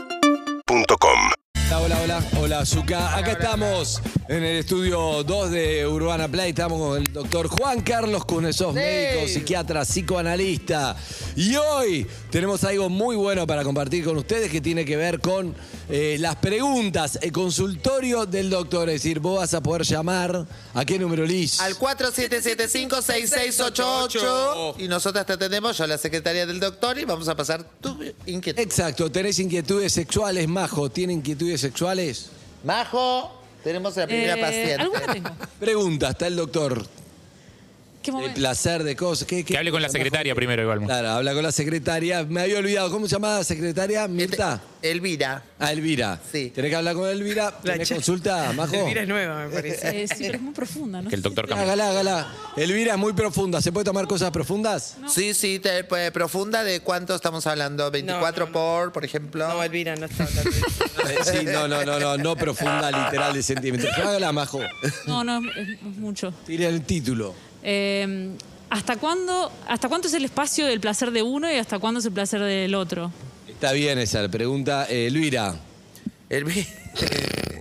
UrbanaPlayFM.com Hola, hola, hola, Zuka. Acá estamos en el estudio 2 de Urbana Play. Estamos con el doctor Juan Carlos Cunesos, médico, psiquiatra, psicoanalista. Y hoy tenemos algo muy bueno para compartir con ustedes que tiene que ver con eh, las preguntas, el consultorio del doctor. Es decir, vos vas a poder llamar a qué número, Liz. Al 4775-6688. Y nosotras te atendemos, yo la secretaria del doctor, y vamos a pasar tu inquietud. Exacto, tenés inquietudes sexuales, Majo. ¿Tiene inquietudes sexuales? Majo, tenemos a la primera Eh, paciente. ¿Alguna tengo? Pregunta, está el doctor. ¿Qué El momento? placer de cosas. ¿Qué, qué- Que hable con la secretaria primero igual. Claro, habla con la secretaria. Me había olvidado. ¿Cómo se llamaba la secretaria? Mirta. Elvira. Ah, Elvira. Este- Sí. Tenés que hablar con Elvira. ¿Tenés consulta, Majo? Elvira es nueva, me parece. Eh, sí, pero es muy profunda, ¿no? Que el doctor cambie. Hágala, hágala. Elvira es muy profunda. ¿Se puede tomar cosas profundas? Sí, sí, te- pues, profunda de cuánto estamos hablando. 24 No, no, por, por ejemplo. No, Elvira, no está hablando. Eh, Sí, no, no, no, no, no profunda, literal de centímetros. Hágala, Majo. No, no, es, es mucho. Tire el título. Eh, ¿hasta, cuándo, ¿Hasta cuánto es el espacio del placer de uno y hasta cuándo es el placer del otro? Está bien esa pregunta. Eh, Elvira. Elvi-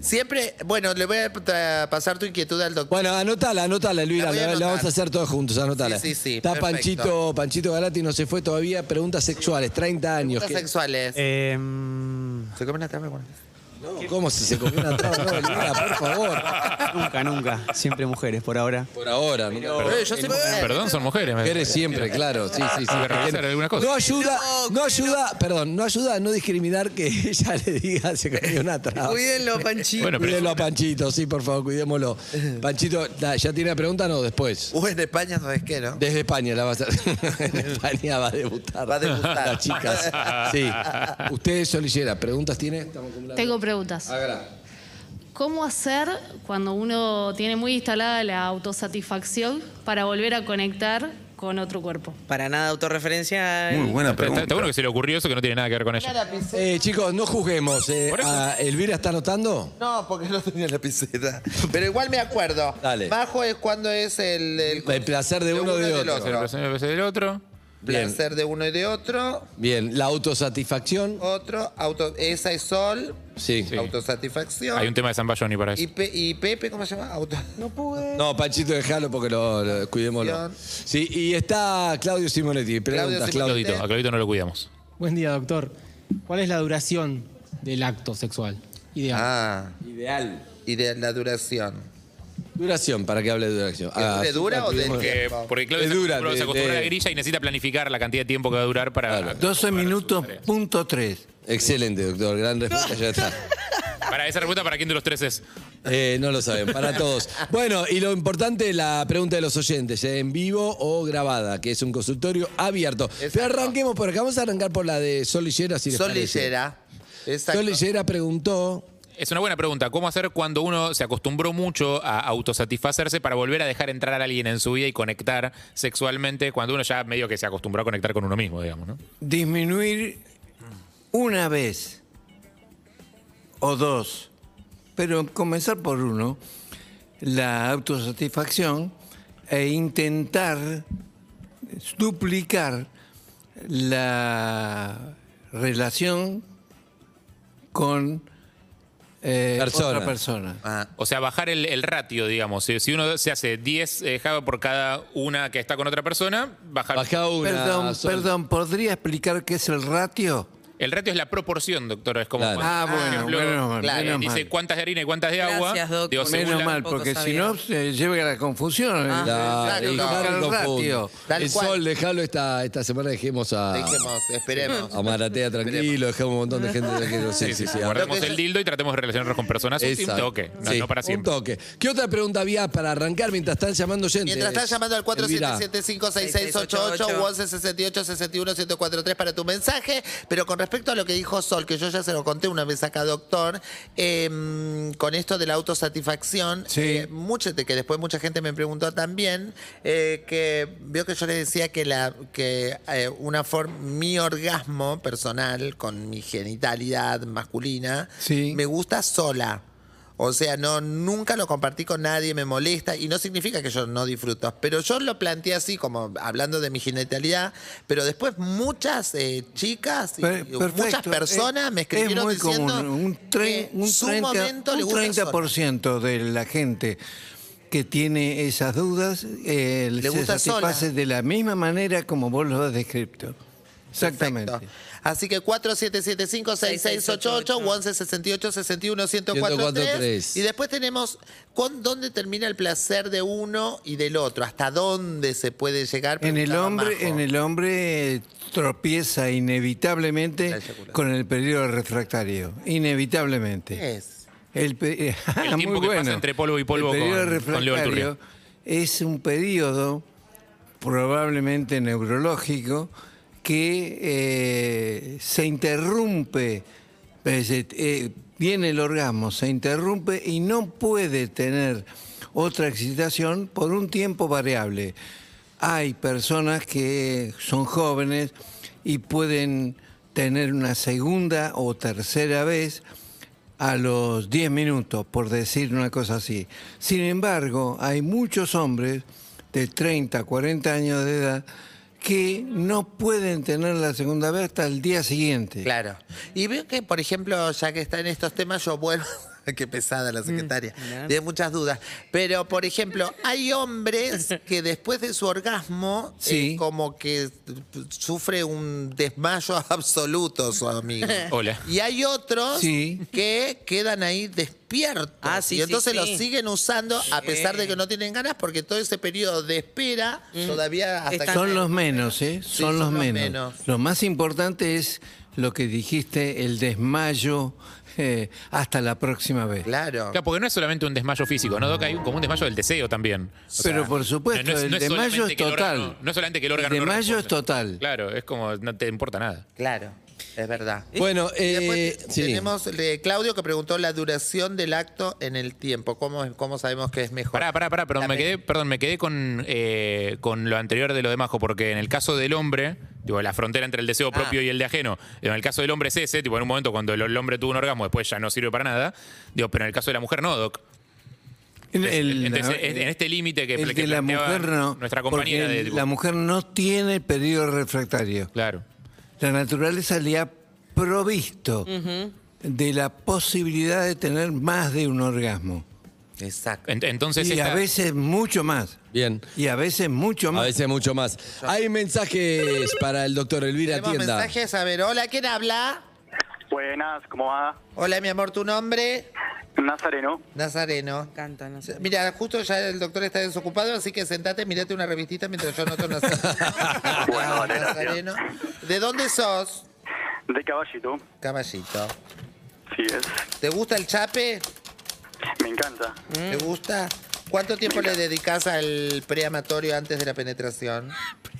Siempre, bueno, le voy a tra- pasar tu inquietud al doctor. Bueno, anótala, anótala, Elvira. La voy La, a la vamos anotar. a hacer todos juntos, anótala. Sí, sí, sí, Está perfecto. Panchito, Panchito Galati, no se fue todavía. Preguntas sexuales, 30 años. Preguntas ¿Qué- sexuales. Eh, mm, ¿Se comen la trama? Bueno. no, ¿Cómo si se comió una traba? No, Elvira, por favor. nunca, nunca. Siempre mujeres, por ahora. Por ahora, nunca. Eh, yo soy mujer. Perdón, son mujeres. me- Mujeres siempre, claro. Sí, sí, sí. Hay que revisar alguna cosa. No ayuda, no ayuda, perdón, no ayuda a no discriminar que ella le diga se comió una traba. Cuídenlo, Panchito. Bueno, pero Cuídenlo a Panchito, sí, por favor, cuidémoslo. Panchito, da, ¿ya tiene la pregunta no? Después. Uy, en España no es que, ¿no? Desde España la vas a En España va a debutar. Va a debutar. Las chicas. Sí. Ustedes solicieran, ¿preguntas tiene? Estamos acumulando. Tengo preguntas. Hágala. ¿Cómo hacer cuando uno tiene muy instalada la autosatisfacción para volver a conectar con otro cuerpo? Para nada autorreferencia. Muy está, buena está- pregunta. está bueno que se le ocurrió eso que no tiene nada que ver con ella. Eh, chicos, no juzguemos. eh, Por eso. a- ¿Elvira está anotando? No, porque no tenía la piscina. Pero igual me acuerdo. Dale. Bajo es cuando es el, El placer de uno y de del otro. Se le presenta el beso del otro. Bien. Placer de uno y de otro. Bien, la autosatisfacción. Otro, auto, esa es sol, Sí. Sí. autosatisfacción. Hay un tema de San Bayoni para y, eso. Pe- y Pepe, ¿cómo se llama? Auto. No pude. No, Panchito, déjalo porque lo, lo- cuidémoslo. Bien. Sí, y está Claudio Simonetti. Preguntas, Claudio Claudio. Claudito, a Claudito no lo cuidamos. Buen día, doctor. ¿Cuál es la duración del acto sexual ideal? Ah, Ideal. y de la duración. Duración, para que hable de duración. Ah, ¿Que dure, dura o del de Eh, tiempo? porque Es Claudio dura, se acostumbra- de- se acostumbra de- a la grilla y necesita planificar la cantidad de tiempo que va a durar para. Claro. 12 minutos, punto 3. Excelente, doctor. Gran respuesta, ya está. Para esa respuesta, ¿para quién de los tres es? Eh, no lo saben, para todos. Bueno, y lo importante, la pregunta de los oyentes, ¿eh? en vivo o grabada, que es un consultorio abierto. Pero arranquemos por acá. Vamos a arrancar por la de Sol Lillera, si les Sol parece. Lillera. Exacto. Sol Lillera preguntó... Es una buena pregunta. ¿Cómo hacer cuando uno se acostumbró mucho a autosatisfacerse para volver a dejar entrar a alguien en su vida y conectar sexualmente cuando uno ya medio que se acostumbró a conectar con uno mismo, digamos, ¿no? Disminuir una vez o dos, pero comenzar por uno, la autosatisfacción e intentar duplicar la relación con eh, Persona. otra persona. Ah, O sea, bajar el, el ratio, digamos. Si, si uno se hace 10 eh, java por cada una que está con otra persona, bajar. Bajá una, Perdón, Sol. perdón, ¿podría explicar qué es el ratio? El ratio es la proporción, doctora. Es como. Claro. cuando, Ah, por bueno, ejemplo, bueno, bueno, eh, menos dice mal. cuántas de harina y cuántas de agua. Gracias, doc. Digo, según Menos la- mal, tampoco porque si sabía. no se lleva a la confusión. Ah, La- Ah, Claro, el claro, Harry el lo ratio. puso. Tal El cual. sol, dejalo esta, esta semana, dejemos a, Dejemos, esperemos. a Maratea tranquilo, dejemos un montón de gente que no sé Sí, sí, si sí. sea- Guardemos el dildo y tratemos de relacionarnos con personas un Exacto. toque, no, Sí, no para un siempre. toque. ¿Qué otra pregunta había para arrancar mientras están llamando gente? Mientras estás llamando al 4775-6688 6688 u 1168-61-1043 para tu mensaje, pero con respecto a lo que dijo Sol, que yo ya se lo conté una vez acá, doctor, eh, con esto de la autosatisfacción, Sí. eh, mucha- que después mucha gente me preguntó también, eh, que vio que yo le decía que, la, que eh, una forma, mi orgasmo personal con mi genitalidad masculina, Sí. me gusta sola. O sea, no, nunca lo compartí con nadie, me molesta y no significa que yo no disfruto. Pero yo lo planteé así, como hablando de mi genitalidad, pero después muchas eh, chicas, y- Per- y perfecto. eh, muchas personas Es- me escribieron es muy diciendo común. Un, que tre- un su 30, momento le un gusta solo. 30% de la gente que tiene esas dudas eh, Le se gusta sola. satisface de la misma manera como vos lo has descrito. Exactamente. Perfecto. Así que 4775-6688 o 1168-61-1043. 1043. Y después tenemos con dónde termina el placer de uno y del otro. ¿Hasta dónde se puede llegar? En el Preguntaba Majo. hombre, en el hombre eh, tropieza La inevitablemente eyaculación. con el periodo refractario, inevitablemente. ¿Qué es? El, pe- eh, El tiempo que Muy pasa bueno. entre polvo y polvo El con- periodo con Leo refractario Iturria. es un periodo probablemente neurológico que eh, se interrumpe, eh, se- eh, viene el orgasmo, se interrumpe y no puede tener otra excitación por un tiempo variable. Hay personas que son jóvenes y pueden tener una segunda o tercera vez a los 10 minutos, por decir una cosa así. Sin embargo, hay muchos hombres de 30, 40 años de edad que no pueden tener la segunda vez hasta el día siguiente. Claro. Y veo que, por ejemplo, ya que está en estos temas, yo vuelvo. Qué pesada Mm, la secretaria. Tiene muchas dudas. Pero, por ejemplo, hay hombres que después de su orgasmo, eh, Sí. como que sufre un desmayo absoluto su amigo. Hola. Y hay otros Sí. que quedan ahí despiertos. Ah, sí, y sí, entonces sí. los siguen usando a pesar de que no tienen ganas, porque todo ese periodo de espera todavía hasta Mm. Están- que- Son los menos, ¿eh? Son los son los menos. menos. Lo más importante es lo que dijiste, el desmayo eh, hasta la próxima vez. Claro. Claro, porque no es solamente un desmayo físico, ¿no, Doc? Hay un- como un desmayo del deseo también. O Pero sea, por supuesto, no- no es- el no es desmayo solamente es que el total. órgano- no es solamente que el órgano El no desmayo es responde. total. Claro, es como no te importa nada. Claro. Es verdad. Bueno, Y después eh, te- sí. tenemos Pues, eh, Claudio que preguntó la duración del acto en el tiempo. ¿Cómo, es- cómo sabemos que es mejor? Pará, pará, pará, perdón, La me pe- quedé, perdón, me quedé con, eh, con lo anterior de lo de Majo, porque en el caso del hombre, digo, la frontera entre el deseo propio y el de ajeno, en el caso del hombre es ese, tipo, en un momento cuando el, el hombre tuvo un orgasmo, después ya no sirve para nada, digo, pero en el caso de la mujer no, Doc. Entonces, en- en este límite que- el que de la planteaba mujer no, nuestra compañera porque de- la mujer no tiene periodo refractario. Claro. La naturaleza le ha provisto de la posibilidad de tener más de un orgasmo. Exacto. En- entonces y a esta- veces mucho más. Bien. Y a veces mucho A más. veces mucho más. Hay mensajes para el doctor Elvira Tenemos Tienda. mensajes. A ver, hola, ¿quién habla? Buenas, ¿cómo va? Hola, mi amor, ¿tu nombre? Nazareno. Nazareno. Canta, no sé. Mira, justo ya el doctor está desocupado, así que sentate, mirate una revistita mientras yo noto una Bueno, vale, gracias. ¿De dónde sos? De caballito. Caballito. Sí, es. ¿Te gusta el chape? Me encanta. Mm. ¿Te gusta? ¿Cuánto tiempo le dedicas al preamatorio antes de la penetración?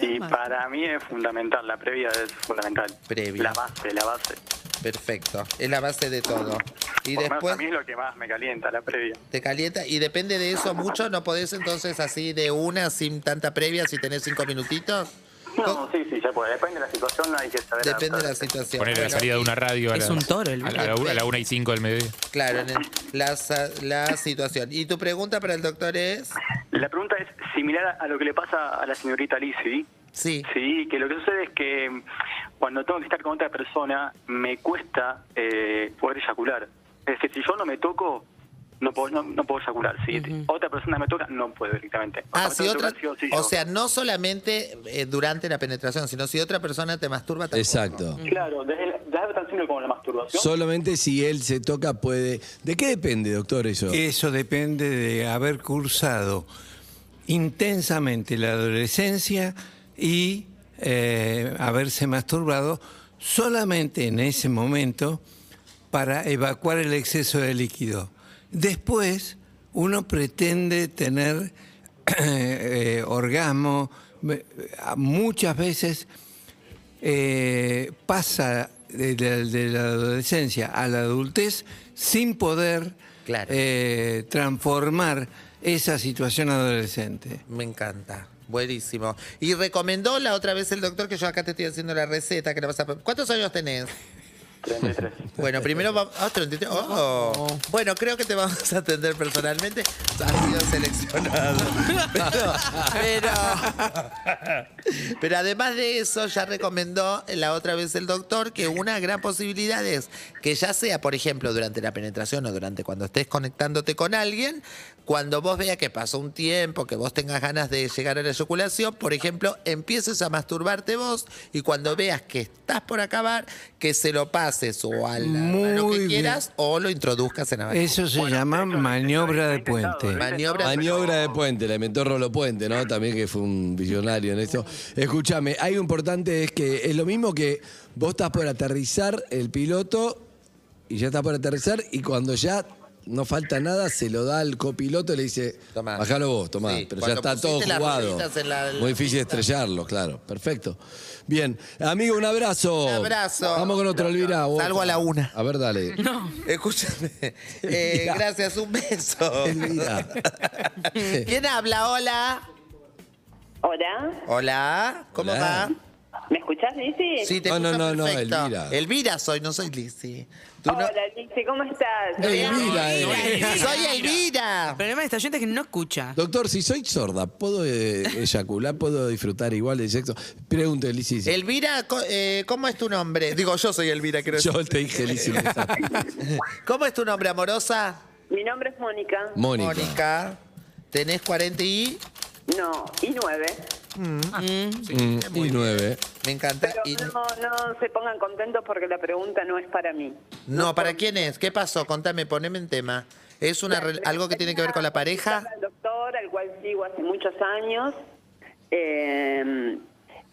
Y para mí es fundamental. La previa es fundamental. Previa. La base, la base. Perfecto, es la base de todo. Y Por lo menos después a mí es lo que más me calienta, la previa. te calienta y depende de eso mucho, no podés entonces así de una sin tanta previa, si tenés cinco minutitos. No, sí, sí, ya puede. Depende de la situación, hay que saber. Depende de la adaptarse. situación. Ponerle la Pero, salida de una radio a Es la- un toro, el a la- a la una- a la 1 y 5 del mediodía. Claro, en el- la, sa- la situación. Y tu pregunta para el doctor es, La pregunta es similar a- a lo que le pasa a la señorita Lizzie. sí, Sí, que lo que sucede es que mm, cuando tengo que estar con otra persona me cuesta eh, poder eyacular. Es decir, si yo no me toco, no puedo, no, no puedo eyacular. Si otra persona me toca, no puedo directamente. Ah, Cuando si tengo que otra, tocar, sí sí, o yo. sea, no solamente eh, durante la penetración, sino si otra persona te masturba tampoco. Exacto. Claro, desde, la- desde algo tan simple como la masturbación. Solamente si él se toca puede. ¿De qué depende, doctor, eso? Eh, Eso depende de haber cursado intensamente la adolescencia y eh, haberse masturbado solamente en ese momento para evacuar el exceso de líquido. Después uno pretende tener eh, orgasmo, me- muchas veces eh, pasa de la, de la adolescencia a la adultez sin poder Claro. eh, transformar esa situación adolescente. Me encanta. Buenísimo. Y recomendó la otra vez el doctor que yo acá te estoy haciendo la receta que la vas a... ¿Cuántos años tenés? 33. Bueno, primero vamos. ah, 33. Oh. Bueno, creo que te vamos a atender personalmente. Has sido seleccionado. Pero, pero, pero además de eso, ya recomendó la otra vez el doctor que una gran posibilidad es que ya sea, por ejemplo, durante la penetración o durante cuando estés conectándote con alguien, cuando vos veas que pasó un tiempo, que vos tengas ganas de llegar a la eyaculación, por ejemplo, empieces a masturbarte vos y cuando veas que estás por acabar, que se lo pases o al- a lo Muy que bien. Eh, quieras o lo introduzcas en la vagina. Eso se llama maniobra de puente. ¿eh? Maniobra de- Maniobra de puente, la inventó Rolo Puente, ¿no? También que fue un visionario en esto. Escúchame, algo importante es que es lo mismo que vos estás por aterrizar el piloto y ya está por aterrizar y cuando ya no falta nada se lo da al copiloto y le dice, Tomá. bájalo vos, tomá, Sí, pero ya cuando está todo pusiste las jugado. rueditas en la- Muy difícil estrellarlo, claro. Perfecto. Bien, amigo, un abrazo. Un abrazo. Vamos con otro, Elvira. vos. Salgo a la una. A ver, dale. Escúchame. Eh, Mira. gracias, un beso. Mira. ¿Quién habla? Hola. Hola, Hola. ¿Cómo Hola. ¿me escuchás, Lizzy? va? Sí, te No, no, no, escucho no, perfecto. Elvira. Elvira soy, no soy Lizzy. Tú no- Hola, Lizzy, ¿cómo estás? Elvira, eh. Soy Elvira. El problema de esta gente es que no escucha. Doctor, si soy sorda, ¿puedo eh, eyacular? ¿Puedo disfrutar igual del sexo? Pregúntale, Lizzy. si- Elvira, co- eh, ¿cómo es tu nombre? Digo, yo soy Elvira, creo. Yo te dije, Lizzy. me está- ¿Cómo es tu nombre, amorosa? Mi nombre es Mónica. Mónica. Tenés 40 y... No, y nueve. Mm, y nueve. Me encanta. Pero Y- no, no se pongan contentos porque la pregunta no es para mí. No, ¿para quién es? ¿Qué pasó? Contame, poneme en tema. ¿Es una, rel- algo que tiene que ver con la pareja? Al doctor, al cual sigo hace muchos años. Eh,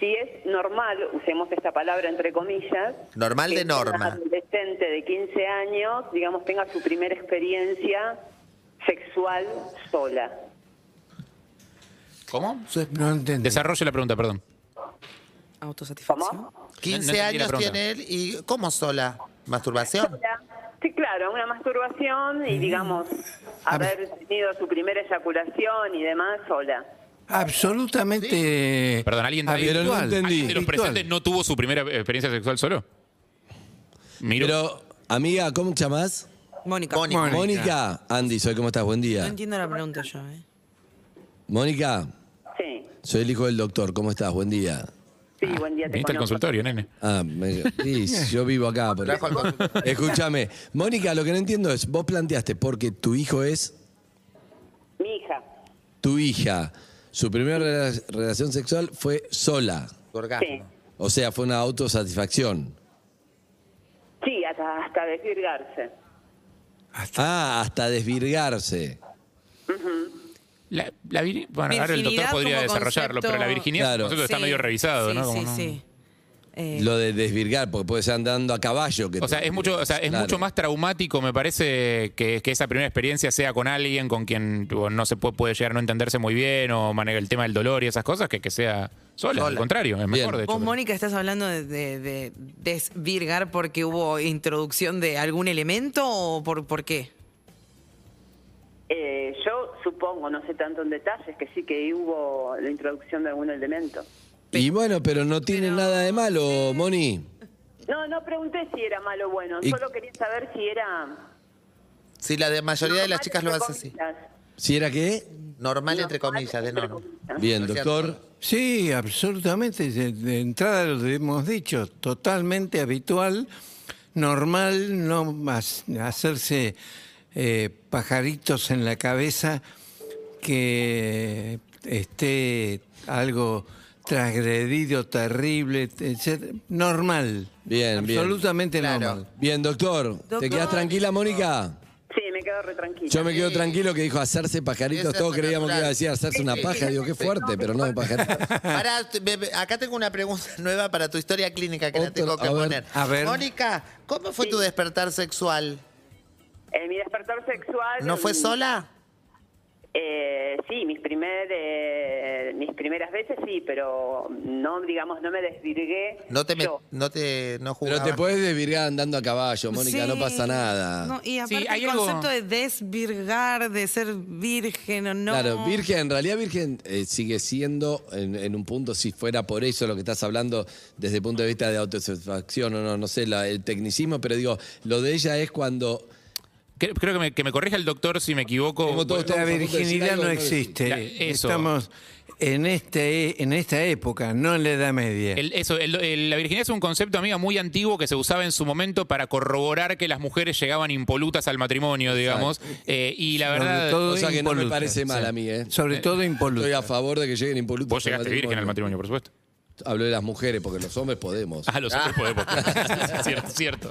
si es normal, usemos esta palabra entre comillas. Normal que de norma. Un adolescente de 15 años, digamos, tenga su primera experiencia sexual sola. ¿Cómo? No entendí. Desarrolle la pregunta, perdón. Autosatisfacción. ¿Cómo? 15 entendí la años pregunta. tiene él y ¿cómo sola? ¿Masturbación? Sola. Sí, claro, una masturbación y, digamos, haber tenido su primera eyaculación y demás sola. Absolutamente. Eh, Perdón, ¿alguien, alguien- Ah, Pero no habitual. entendí. ¿alguien de Ah, los Habitual. presentes no tuvo su primera eh, experiencia sexual solo? Miro. Pero, amiga, ¿cómo te llamás? Mónica. Mónica. Mónica. Mónica. Andy, soy, ¿cómo estás? Buen No día. entiendo la pregunta yo, ¿eh? Mónica, Sí, soy el hijo del doctor, ¿cómo estás? Buen día. sí, buen día. Te Viniste conozco. al consultorio, nene. Ah, me- sí, sí, yo vivo acá. pero- Trajo al consultorio. Escúchame. Mónica, lo que no entiendo es, vos planteaste, porque tu hijo es Mi hija, tu hija, su primera rela- relación sexual fue sola. Tu orgasmo. Sí. O sea, fue una autosatisfacción. sí, hasta, hasta desvirgarse. Ah, hasta desvirgarse. La, la vir- bueno, ahora el doctor Virginidad podría como desarrollarlo, concepto- pero la virginidad Claro. como concepto está Sí. medio revisado, Sí, ¿no? Sí, Como no- sí. Eh, Lo de desvirgar, porque puede ser andando a caballo. Que O sea, te- es mucho, o sea, es Claro. mucho más traumático, me parece, que, que esa primera experiencia sea con alguien con quien tipo, no se puede, puede llegar a no entenderse muy bien o manejar el tema del dolor y esas cosas, que, que sea sola. Al contrario, es mejor, de hecho. Vos, Mónica, estás hablando de, de- de desvirgar porque hubo introducción de algún elemento o por, por qué? Eh, yo supongo, no sé tanto en detalles, que sí que hubo la introducción de algún elemento. Y bueno, pero no tiene nada de malo, Moni. No, no pregunté si era malo o bueno, Y- solo quería saber si era... Sí, la de mayoría de las chicas lo hace hacen así. ¿Si era qué? Normal, entre comillas, de no. Bien, No es doctor. Sí, absolutamente. De, de entrada lo hemos dicho, totalmente habitual, normal, no más hacerse eh, pajaritos en la cabeza que esté algo transgredido, terrible, etc. Normal. Bien, bien. Absolutamente Claro. normal. Bien, doctor. ¿Te Doctor. quedas tranquila, Mónica? Sí, me quedo re tranquila. Yo me quedo tranquilo que dijo hacerse pajaritos. Eso es Todos creíamos que natural. iba a decir hacerse una Sí. paja. Digo, qué fuerte, pero no, pajaritos. Pará, t- me- me- acá tengo una pregunta nueva para tu historia clínica que la Otro, tengo que a ver, poner. a ver. Mónica, ¿cómo fue tu despertar sexual? Eh, mi despertar sexual... ¿No fue mm, sola? Eh, sí, mis, primer, eh, mis primeras veces sí, pero no, digamos, no me desvirgué. No te, me- no te no jugabas. Pero te podés desvirgar andando a caballo, Mónica, no pasa nada. No, y aparte Sí, hay el algo- concepto de desvirgar, de ser virgen o no. Claro, virgen, en realidad virgen eh, sigue siendo, en, en un punto, si fuera por eso lo que estás hablando desde el punto de vista de autosatisfacción o no, no sé, la- el tecnicismo, pero digo, lo de ella es cuando... Cre- Creo que me, que me corrija el doctor si me equivoco. todos estamos La a punto de decir virginidad algo, no ¿no? existe. La- eso. Estamos en, este, en esta época, no en la Edad Media. El- eso, el- el- la virginidad es un concepto, amiga, muy antiguo que se usaba en su momento para corroborar que las mujeres llegaban impolutas al matrimonio, digamos. Eh, y la Sobre verdad. todo o sea que no me impoluta, parece mal sí. a mí, ¿eh? Sobre todo impoluta. Estoy a favor de que lleguen impolutos. Vos llegaste virgen al matrimonio, por supuesto. Hablo de las mujeres, porque los hombres podemos. Ah, los hombres podemos. cierto, cierto.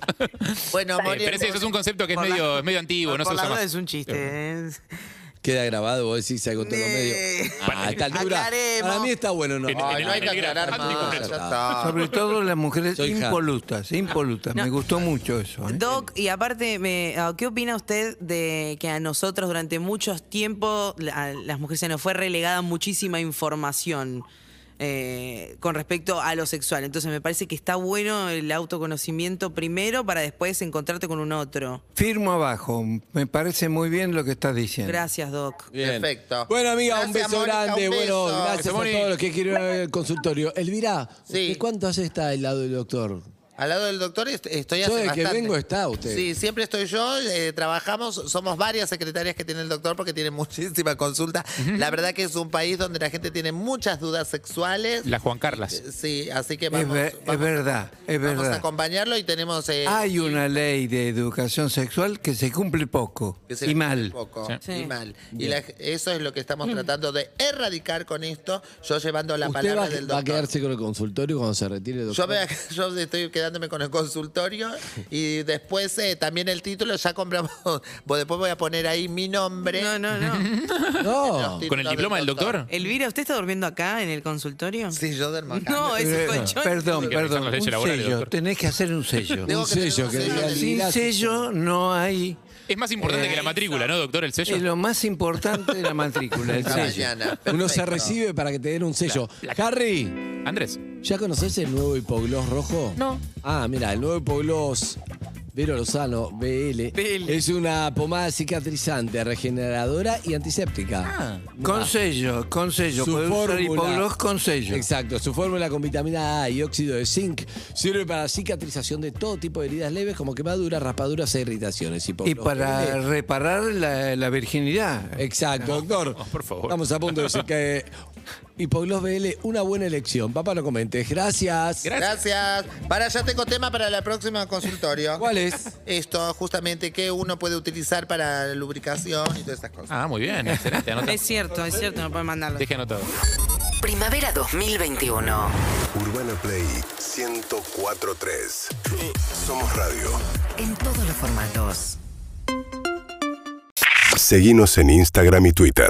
Bueno, Eh, Mori, pero ese, ese es un concepto que es Por la- medio, es medio antiguo, no se Por la usa duda más. es un chiste. ¿eh? Queda grabado, vos decís algo todo lo medio. Ah, a esta altura. Aclaremos. Para mí está bueno, no. En- en Ay, el- Ah, no hay en el que aclarar grafático más, con eso. ya está. Sobre todo las mujeres Soy Hans. impolutas, impolutas. Me gustó mucho eso. ¿eh? Doc, y aparte, me- ah, ¿qué opina usted de que a nosotros durante muchos tiempos a las mujeres se nos fue relegada muchísima información eh, con respecto a lo sexual? Entonces me parece que está bueno el autoconocimiento primero para después encontrarte con un otro. Firmo abajo. Me parece muy bien lo que estás diciendo. Gracias, Doc. Bien. Perfecto. Bueno, amiga, un Gracias, beso Mónica, grande. un beso. Bueno, gracias a Moni. todos los que quieren ver el consultorio. Elvira, Sí. ¿de cuánto hace está el lado del doctor? Al lado del doctor est- estoy Yo hace desde que bastante. vengo está usted. Sí, siempre estoy yo, eh, trabajamos, somos varias secretarias que tiene el doctor porque tiene muchísima consulta. La verdad que es un país donde la gente tiene muchas dudas sexuales. Las Juan Carlas. Sí, así que Es vamos, ver- es vamos- verdad, es vamos verdad. a acompañarlo y tenemos... eh, Hay una ley de educación sexual que se cumple poco que se y le mal. un poco, Sí. Y Sí. mal. Y la- eso es lo que Mm. estamos tratando de erradicar con esto, yo llevando la Usted palabra va, del va a doctor. quedarse con el consultorio cuando se retire el doctor. Yo, me- yo estoy quedándome con el consultorio y después eh, también el título ya compramos. Pues después voy a poner ahí mi nombre. No, no, no. No. Los ¿Con el títulos diploma del doctor? Elvira, ¿usted está durmiendo acá en el consultorio? Sí, yo duermo acá. No, es Eh, un colchón. Perdón, Hay que revisar perdón. las leyes Un laborales, sello, doctor. tenés que hacer un sello. Tengo Un que tener sello un que sello. diga Sin Elvira. sello no hay. Es más importante Eh, que la matrícula, ¿no, doctor? El Es sello. lo más importante de la matrícula, el Hasta sello. mañana. Uno se Perfecto. recibe para que te den un sello. La- Harry, Andrés. ¿ya conoces el nuevo hipoglós rojo? No. Ah, mira, el nuevo hipoglós Vero Lozano, BL, BL. es una pomada cicatrizante, regeneradora y antiséptica. Con Ah. sello, con sello. Su Podés usar fórmula- hipoglós con sello. Exacto, su fórmula con vitamina A y óxido de zinc sirve para cicatrización de todo tipo de heridas leves como quemaduras, raspaduras e irritaciones. Y Hipoglós para BL. reparar la, la virginidad. Exacto, doctor. no, por favor. Estamos a punto de decir que Hipoglós BL, una buena elección. Papá, no comentes. Gracias. Gracias. Para, ya tengo tema para la próxima consultorio. ¿Cuál es? Esto, justamente, que uno puede utilizar para lubricación y todas esas cosas. Ah, muy bien, excelente. Anota. Es cierto, es cierto, no pueden mandarlo. Deje anotado. Primavera 2021. Urbana Play 1043. Somos radio. En todos los formatos. Seguimos en Instagram y Twitter.